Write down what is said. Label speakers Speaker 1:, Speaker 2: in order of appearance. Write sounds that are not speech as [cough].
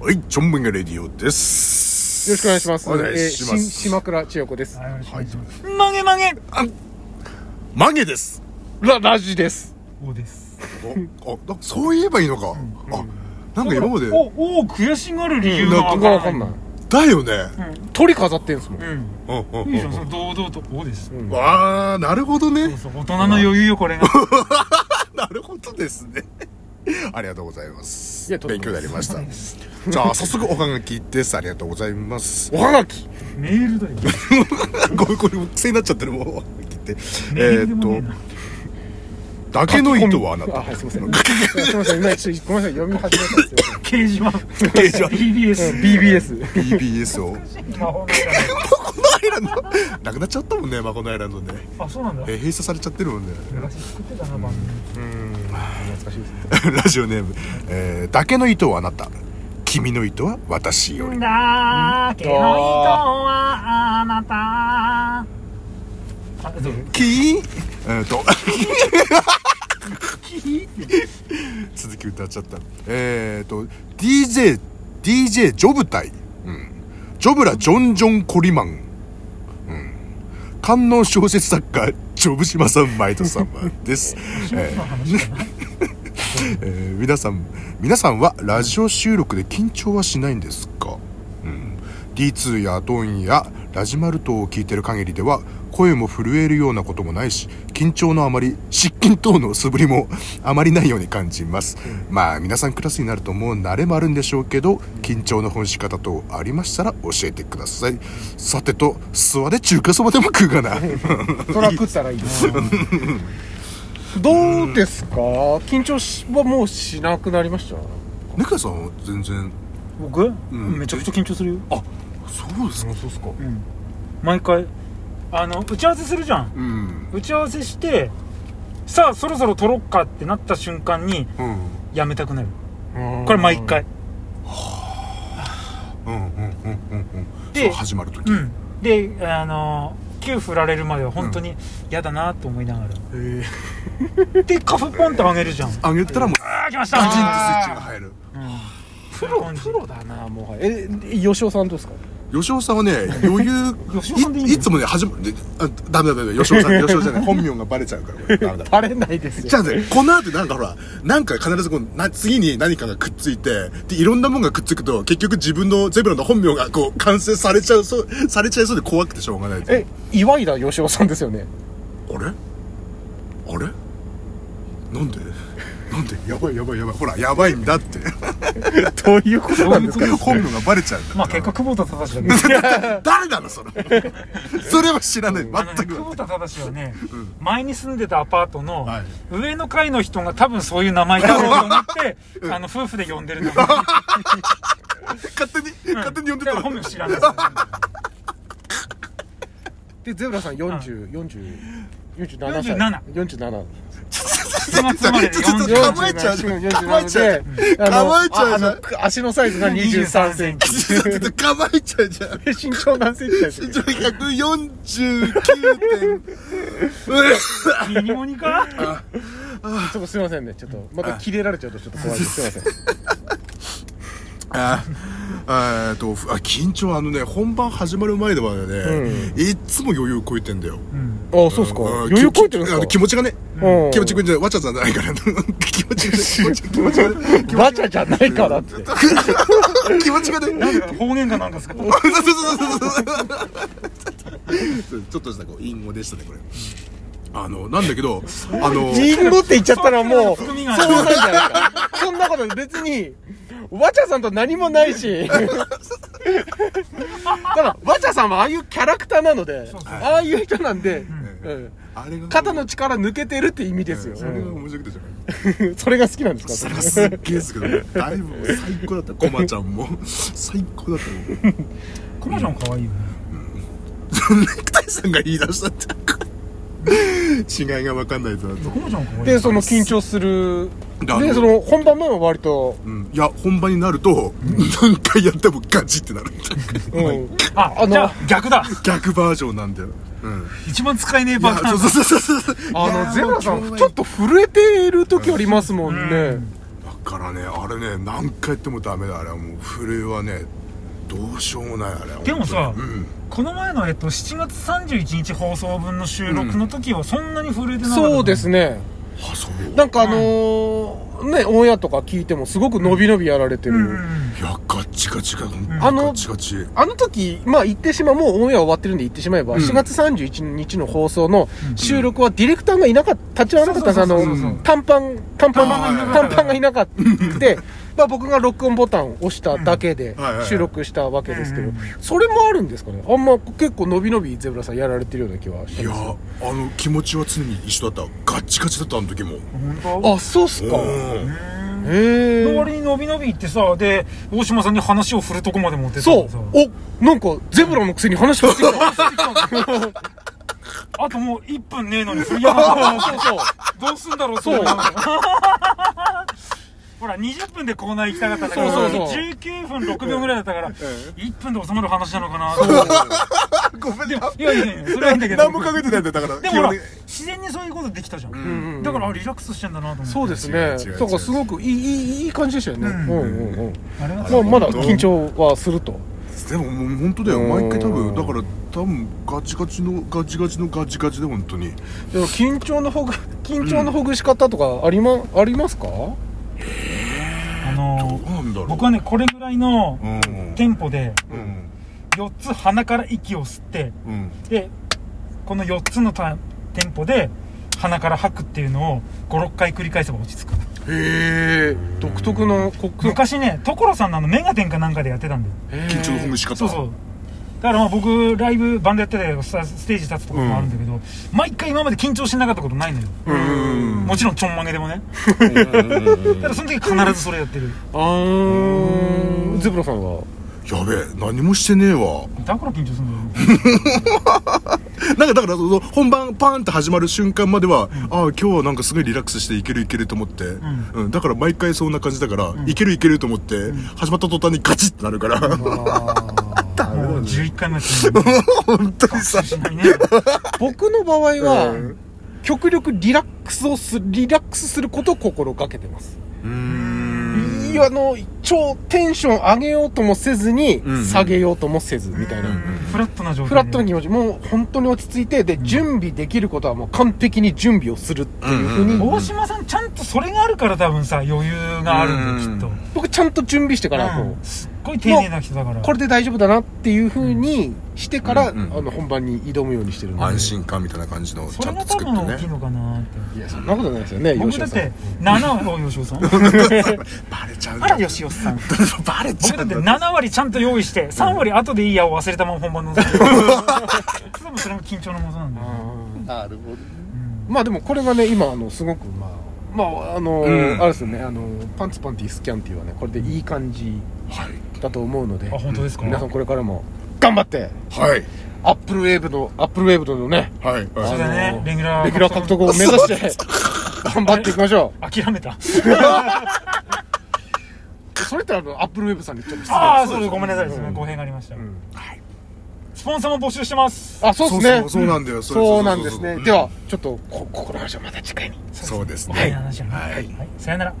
Speaker 1: はい、ちょんまげレディオです。
Speaker 2: よろしくお願いします。
Speaker 1: お願いしま
Speaker 2: えー、
Speaker 1: す。
Speaker 2: し島倉千代子です。
Speaker 3: はい、お願いします。
Speaker 2: 曲げ曲げ
Speaker 1: まげです。
Speaker 2: ラ、ラジです。
Speaker 3: おです。
Speaker 1: あ、あそう言えばいいのか。あ、なんか今まで、
Speaker 3: お、お、悔しがる理由が
Speaker 2: 僕
Speaker 3: 分
Speaker 2: が
Speaker 3: から
Speaker 2: わかんない
Speaker 3: い。。
Speaker 1: だよね。
Speaker 2: 鳥飾ってんすもん。
Speaker 3: うん。
Speaker 1: うんうん
Speaker 3: いいじゃん、その堂々と、おです。
Speaker 1: うん。わあ、なるほど
Speaker 3: そう
Speaker 1: ね。
Speaker 3: そう、大人の余裕よ、これが。
Speaker 1: なるほどですね。ありがとうございます。
Speaker 2: いやとんで
Speaker 1: 勉強
Speaker 2: も
Speaker 1: になりました。じゃあ、早速おはがきです。ありがとうございます。
Speaker 2: おはがき
Speaker 3: メールだよ。
Speaker 1: ごめん、これ癖になっちゃってるもん。おはがきって。
Speaker 3: メー
Speaker 1: え
Speaker 3: ルで
Speaker 1: ーっ
Speaker 3: もねえ
Speaker 1: と
Speaker 3: な。、
Speaker 1: だけの糸はあな
Speaker 2: あ、
Speaker 1: た。
Speaker 2: はい、すいません。 [laughs] すいません、今、ちょっとごめんなさい、読み始めたんですよ。
Speaker 3: 掲示板。
Speaker 1: 掲示板
Speaker 3: BBS。
Speaker 2: うん BBS。
Speaker 1: BBS を。
Speaker 3: あほんとだ
Speaker 1: マコのアイランド。なくなっちゃったもんね、マコのアイランドね。
Speaker 3: あ、そうなんだ
Speaker 1: え。ー閉鎖されちゃってるもんね。
Speaker 3: 昔作ってたな、番組。
Speaker 2: 懐かしいですね。
Speaker 1: ラジオネーム、えー、だけの糸はあなた君の糸は私より
Speaker 3: だけの糸はあなた。あ、どうぞ。
Speaker 1: キーえー、と
Speaker 3: キーって
Speaker 1: 続き歌っちゃったえー、と DJ DJ ジョブ隊、うん、ジョブラジョンジョンコリマン、うん、観音小説作家ジョブ島さんマイト様ですえー
Speaker 3: の話だな。
Speaker 1: [laughs] えー皆さん皆さんはラジオ収録で緊張はしないんですか、うん、D2 やトーンやラジマルトを聞いてる限りでは声も震えるようなこともないし緊張のあまり失禁等の素振りも [laughs] あまりないように感じます、まあ皆さんクラスになるともう慣れもあるんでしょうけど緊張の本し方等ありましたら教えてくださいさてと諏訪で中華そばでも食うかな
Speaker 2: それは食ったらいいです。どうですか緊張しはもうしなくなりました
Speaker 1: ネカさんは全然
Speaker 3: 僕
Speaker 1: ん
Speaker 3: めちゃくちゃ緊張するよ。
Speaker 1: そうですかそうですか
Speaker 3: うん。毎回。あの、打ち合わせするじゃん。
Speaker 1: うん
Speaker 3: 打ち合わせしてさあそろそろ撮ろっかってなった瞬間に
Speaker 1: うん
Speaker 3: やめたくなるこれ毎。回
Speaker 1: うんうんうんうんうん
Speaker 3: で
Speaker 1: そう始まるとき、
Speaker 3: うんであのー、9振られるまでは本当に嫌だなと思いながら、
Speaker 1: えー
Speaker 3: でカフポンって上げるじゃん
Speaker 1: あげたらもうあ
Speaker 3: ああ来ました
Speaker 1: ージンとスイッチが入る
Speaker 3: プ
Speaker 2: プロ、プロだな、もはや。え、吉尾さんどうですか
Speaker 1: 吉尾さんはね余裕
Speaker 3: 吉尾さんでいいの
Speaker 1: いいつもね始まるあダメだダメだ吉尾さん吉尾じゃない本名がバレちゃうからこれダメだ
Speaker 2: バレないです
Speaker 1: じゃ
Speaker 2: よ。
Speaker 1: あね、この後なんかほら、なんか必ずこう、な、次に何かがくっついて、で、いろんなもんがくっつくと、結局自分のゼブラの本名がこう、完成されちゃう、そう、されちゃいそうで怖くてしょうがない。
Speaker 2: え、岩井田吉尾さんですよね。
Speaker 1: あれあれなんでなんでやばいやばいやばい。ほら、やばいんだって。
Speaker 2: どういうことなんですか
Speaker 1: 本名がバレちゃうんだ
Speaker 3: まあ結果久保田忠だけど
Speaker 1: [laughs] 誰なのそれそれは知らない
Speaker 3: あのね
Speaker 1: 全く
Speaker 3: 久保田忠はね、前に住んでたアパートの
Speaker 1: はい
Speaker 3: 上の階の人が多分そういう名前だろうと思って、あの夫婦で呼んでるの
Speaker 1: 勝手に、勝手に呼んでた
Speaker 2: [laughs]
Speaker 3: 本
Speaker 1: の
Speaker 3: 名知らないです
Speaker 2: で、ゼブラさん40、40、47歳。
Speaker 3: 47
Speaker 2: 47。
Speaker 3: つまつまで
Speaker 1: ちょちょちょ
Speaker 3: 40
Speaker 1: 構えちゃう構えちゃう
Speaker 2: 47で、
Speaker 1: 構えちゃう
Speaker 2: あのああの足のサイズが23センチ。
Speaker 1: 構えちゃうじゃん
Speaker 2: で身長何センチでし
Speaker 1: 身
Speaker 2: た
Speaker 1: 長
Speaker 2: っ
Speaker 1: 149点
Speaker 3: ミニモニか
Speaker 2: けちょっとすいませんね。ちょっと、また切れられちゃうとちょっと怖いです。すいません。
Speaker 1: ああえっとあ緊張あのね本番始まる前ではね、いっつも余裕超えてんだよ
Speaker 2: あ、そうですか。余裕こいてるんで
Speaker 1: あの
Speaker 2: す
Speaker 1: 気
Speaker 2: か
Speaker 1: 持ちがね、
Speaker 2: うん
Speaker 1: 気持ちがね [laughs] わちゃわちゃじゃないから気持ちがね気
Speaker 2: [laughs]
Speaker 1: 持ち気持ちがね
Speaker 2: バチャじゃないからって。 [laughs]
Speaker 1: 気持ちがね [laughs]
Speaker 3: 方言かなんかですか
Speaker 1: そうそうそうそうそうちょっとしたこう隠語でしたねこれあのなんだけどあ
Speaker 2: [laughs]
Speaker 1: の
Speaker 2: リンゴって言っちゃったらもう、
Speaker 3: そ
Speaker 2: そうう
Speaker 3: な
Speaker 2: なんん
Speaker 3: じ
Speaker 2: じ
Speaker 3: ゃ
Speaker 2: ゃ
Speaker 3: ない
Speaker 2: ないか。そんなこと別に、わちゃさんと何もないし。だから、わちゃさんはああいうキャラクターなので、ああいう人なんで、うん
Speaker 1: あれが
Speaker 2: 肩の力抜けてるって意味ですよ。
Speaker 1: それが面白くてじゃない
Speaker 2: うんそれが好きなんですか
Speaker 1: それがすっげえですけどねだいぶ最高だった [laughs] コマちゃんも最高だったも
Speaker 3: コマちゃん可愛いよね
Speaker 1: んネクタイさんが言い出した [laughs] って違いが分かんないとなと、
Speaker 3: コマちゃん可愛い
Speaker 2: で、その緊張する。
Speaker 1: であの
Speaker 2: で、その本番前は割と、
Speaker 1: うん、いや本番になると何回やってもガチってなる
Speaker 2: うん。
Speaker 3: あ
Speaker 2: あの
Speaker 3: じゃあ逆だ
Speaker 1: 逆バージョンなんだよ、うん、
Speaker 3: 一番使えね
Speaker 1: いや
Speaker 3: えバカ
Speaker 1: そうそうそうそうそう
Speaker 2: あの、ゼブラさ
Speaker 1: いや
Speaker 2: ん、
Speaker 1: ー
Speaker 2: ちょっと震えてる時ありますもん
Speaker 3: う
Speaker 2: ね。
Speaker 1: わからねあれね何回やってもダメだあれはもう震えはねどうしようもないあれは
Speaker 3: でも
Speaker 1: 本
Speaker 3: さ
Speaker 1: 当にうん
Speaker 3: この前の、えっと、7月31日放送分の収録の時はそんなに震えてなかった、
Speaker 2: そうですね
Speaker 1: あそう
Speaker 2: なんかあのーねオンエアとか聞いてもすごく伸び伸びやられてる、
Speaker 3: うんうんうん
Speaker 1: いやガッチガチがほんと
Speaker 2: あの
Speaker 1: ガッチガチ
Speaker 2: あの時、まあ言ってしまう、もうオンエア終わってるんで言ってしまえば、
Speaker 1: うん
Speaker 2: 4月31日の放送の
Speaker 3: うん
Speaker 2: 収録はディレクターがいなかった、立ち会わなかったんですあ
Speaker 3: そうそうそうそう
Speaker 2: の、短パン、短パ
Speaker 1: あ
Speaker 2: ン、
Speaker 1: ー
Speaker 2: 短パンがいなかったで、まあ僕が録音ボタンを押しただけで
Speaker 1: うんはいはいはい
Speaker 2: 収録したわけですけど
Speaker 3: うん、
Speaker 2: それもあるんですかねあんま結構伸び伸びゼブラさんやられてるような気はし
Speaker 1: い
Speaker 2: て
Speaker 1: や
Speaker 2: ます。
Speaker 1: あの気持ちは常に一緒だったガッチガチだったあの時も
Speaker 3: 本当
Speaker 2: あ、そうっすか。
Speaker 1: うん
Speaker 2: へ
Speaker 3: その
Speaker 2: ー。
Speaker 3: 割に伸び伸び行ってさで大島さんに話を振るとこまで持ってった
Speaker 2: そう
Speaker 3: のさ。
Speaker 2: お、なんかゼブラのくせに話しかけてきた。
Speaker 3: あともう1分ねえのに振りやがったどうすんだろう
Speaker 2: そう
Speaker 3: そんなの [laughs] ほら20分でコーナー行きたかったんだけど
Speaker 2: そうそうそう
Speaker 3: 19分6秒ぐらいだったから1分で収まる話なのかな [laughs]
Speaker 1: ごめんね
Speaker 3: いやいやいやそれはいいんだけど
Speaker 1: 何もかけてないんだよだから
Speaker 3: でもほ
Speaker 1: 基
Speaker 3: ら
Speaker 1: 本
Speaker 3: 自然にそういうことできたじゃん、
Speaker 2: うんうんうん
Speaker 3: だからあリラックスしてんだなと思って
Speaker 2: そうです
Speaker 1: 違
Speaker 2: ね
Speaker 1: う違う違。う
Speaker 2: そうか、すごくいい、いい、いい感じでしたよね。
Speaker 3: うん
Speaker 2: うんうんうん。
Speaker 3: あれは
Speaker 2: まあ、まだ
Speaker 1: 本当
Speaker 2: 緊張はすると。
Speaker 1: 的にでももう本当だよ毎回多
Speaker 2: うん
Speaker 1: 分だから多分ガチガチのガチガチのガチガチで本当に
Speaker 2: でも、緊張のほぐ、 [laughs] 緊張のほぐし方とか、ありま、ありますか。
Speaker 3: あ
Speaker 1: どう
Speaker 3: の
Speaker 1: なんだろう
Speaker 3: 僕はねこれぐらいの
Speaker 1: うん
Speaker 3: テンポで
Speaker 1: うん
Speaker 3: 4つ鼻から息を吸って
Speaker 1: うん
Speaker 3: でこの4つのタテンポで鼻から吐くっていうのを56回繰り返せば落
Speaker 1: [laughs]
Speaker 3: ち着く
Speaker 2: へえ、独特の、こ、く
Speaker 3: 昔ね所さんのあのメガテンかなんかでやってたんだよ
Speaker 1: 緊張のほぐ
Speaker 2: し。
Speaker 1: し方
Speaker 3: そうそうだからまあ僕ライブバンドやってたりスタステージ立つとかもあるんだけど、毎回今まで緊張してなかったことないのよ、
Speaker 1: うん
Speaker 3: もちろんちょんまげでもねただその時必ずそれやってる
Speaker 2: あーゼブラさんは。
Speaker 1: やべえ何もしてねえわ
Speaker 3: だから緊張するんだよ
Speaker 1: なんかだからその本番パーンと始まる瞬間までは、ああ今日はなんかすごいリラックスしていけるいけると思って、うん
Speaker 3: ん
Speaker 1: だから毎回そんな感じだから、いけるいけると思って、始まった途端にガチってなるから、
Speaker 3: もう11回目やってる
Speaker 1: [laughs] 本当にさ
Speaker 3: しないね
Speaker 2: 僕の場合
Speaker 1: う
Speaker 2: は
Speaker 1: ん。
Speaker 2: 極力リラックスをす、リラックスすることを心がけてます。
Speaker 1: うー [laughs] ん
Speaker 2: いや、あの、超テンション上げようともせずに
Speaker 1: んうん、
Speaker 2: 下げようともせず、みたいな。
Speaker 3: フラットな状態
Speaker 2: フラットな気持ち、もう本当に落ち着いて、で、準備できることはもう完璧に準備をするっていうふうに、
Speaker 3: 大島さんちゃんとそれがあるから多分さ余裕があるんだよ
Speaker 1: うん
Speaker 3: きっ
Speaker 2: 僕ちゃんと準備してから、
Speaker 3: と、
Speaker 2: こ
Speaker 3: うん、
Speaker 2: う
Speaker 3: すっごい丁寧な人だから
Speaker 2: これで大丈夫だなっていうふうにしてから、
Speaker 1: うんうん
Speaker 2: あの、本番に挑むようにしてるんで。
Speaker 1: 安心感みたいな感じの
Speaker 3: そ
Speaker 1: ちゃ
Speaker 3: れ
Speaker 1: ん
Speaker 3: が
Speaker 1: と
Speaker 3: 多
Speaker 1: 作って
Speaker 3: 分大きい
Speaker 1: ね
Speaker 3: のかなって
Speaker 2: いや、そんなことないですよね、
Speaker 3: 僕
Speaker 2: 吉
Speaker 3: だ
Speaker 2: 野
Speaker 3: っ
Speaker 2: さん。
Speaker 3: て7割吉尾
Speaker 2: [laughs]
Speaker 3: さん
Speaker 1: バレちゃうん
Speaker 3: あ
Speaker 1: だ
Speaker 3: ら吉尾さん
Speaker 1: バレち
Speaker 3: 僕
Speaker 1: ゃ
Speaker 3: だ
Speaker 1: う
Speaker 3: っ
Speaker 1: ん
Speaker 3: て
Speaker 1: だ
Speaker 3: 7割ちゃんと用意して3割後でいいやを忘れたまま本番
Speaker 2: [laughs]
Speaker 3: の多分それも緊張のもとなんだよ
Speaker 2: なるほど。まあでもこれがね、今、あの、すごく、まあ、まあ、あの、
Speaker 1: うん
Speaker 2: あれですよね、あの、パンツパンティスキャンティはね、これでいい感じ
Speaker 1: はい
Speaker 2: だと思うので
Speaker 3: あ、本当ですか
Speaker 2: 皆さんこれからも、頑張って、
Speaker 1: はい
Speaker 2: アップルウェーブの、アップルウェーブのね、
Speaker 1: はい
Speaker 3: そう
Speaker 1: は
Speaker 3: だ
Speaker 2: あ
Speaker 3: ね
Speaker 2: の
Speaker 3: レギュラー
Speaker 2: レギュラー獲得を目指して、頑張っていきましょ [laughs]
Speaker 3: 諦めた
Speaker 2: う。 [laughs] それってあの、アップルウェブさんに言っちゃ
Speaker 3: あ
Speaker 2: う
Speaker 3: あそうですごめんなさいです
Speaker 2: うん
Speaker 3: 語弊がありました、
Speaker 2: ん
Speaker 1: はい
Speaker 3: スポンサーも募集してます
Speaker 2: あ、そうですね。
Speaker 1: そうそうそうなんだよそれ
Speaker 2: そうなんです
Speaker 1: そうそ
Speaker 2: ね。
Speaker 1: うそう
Speaker 2: では、ちょっと、こ、ここの話はまた次回に。
Speaker 1: そうですね
Speaker 3: はい話だな
Speaker 1: はい
Speaker 3: はい、さよなら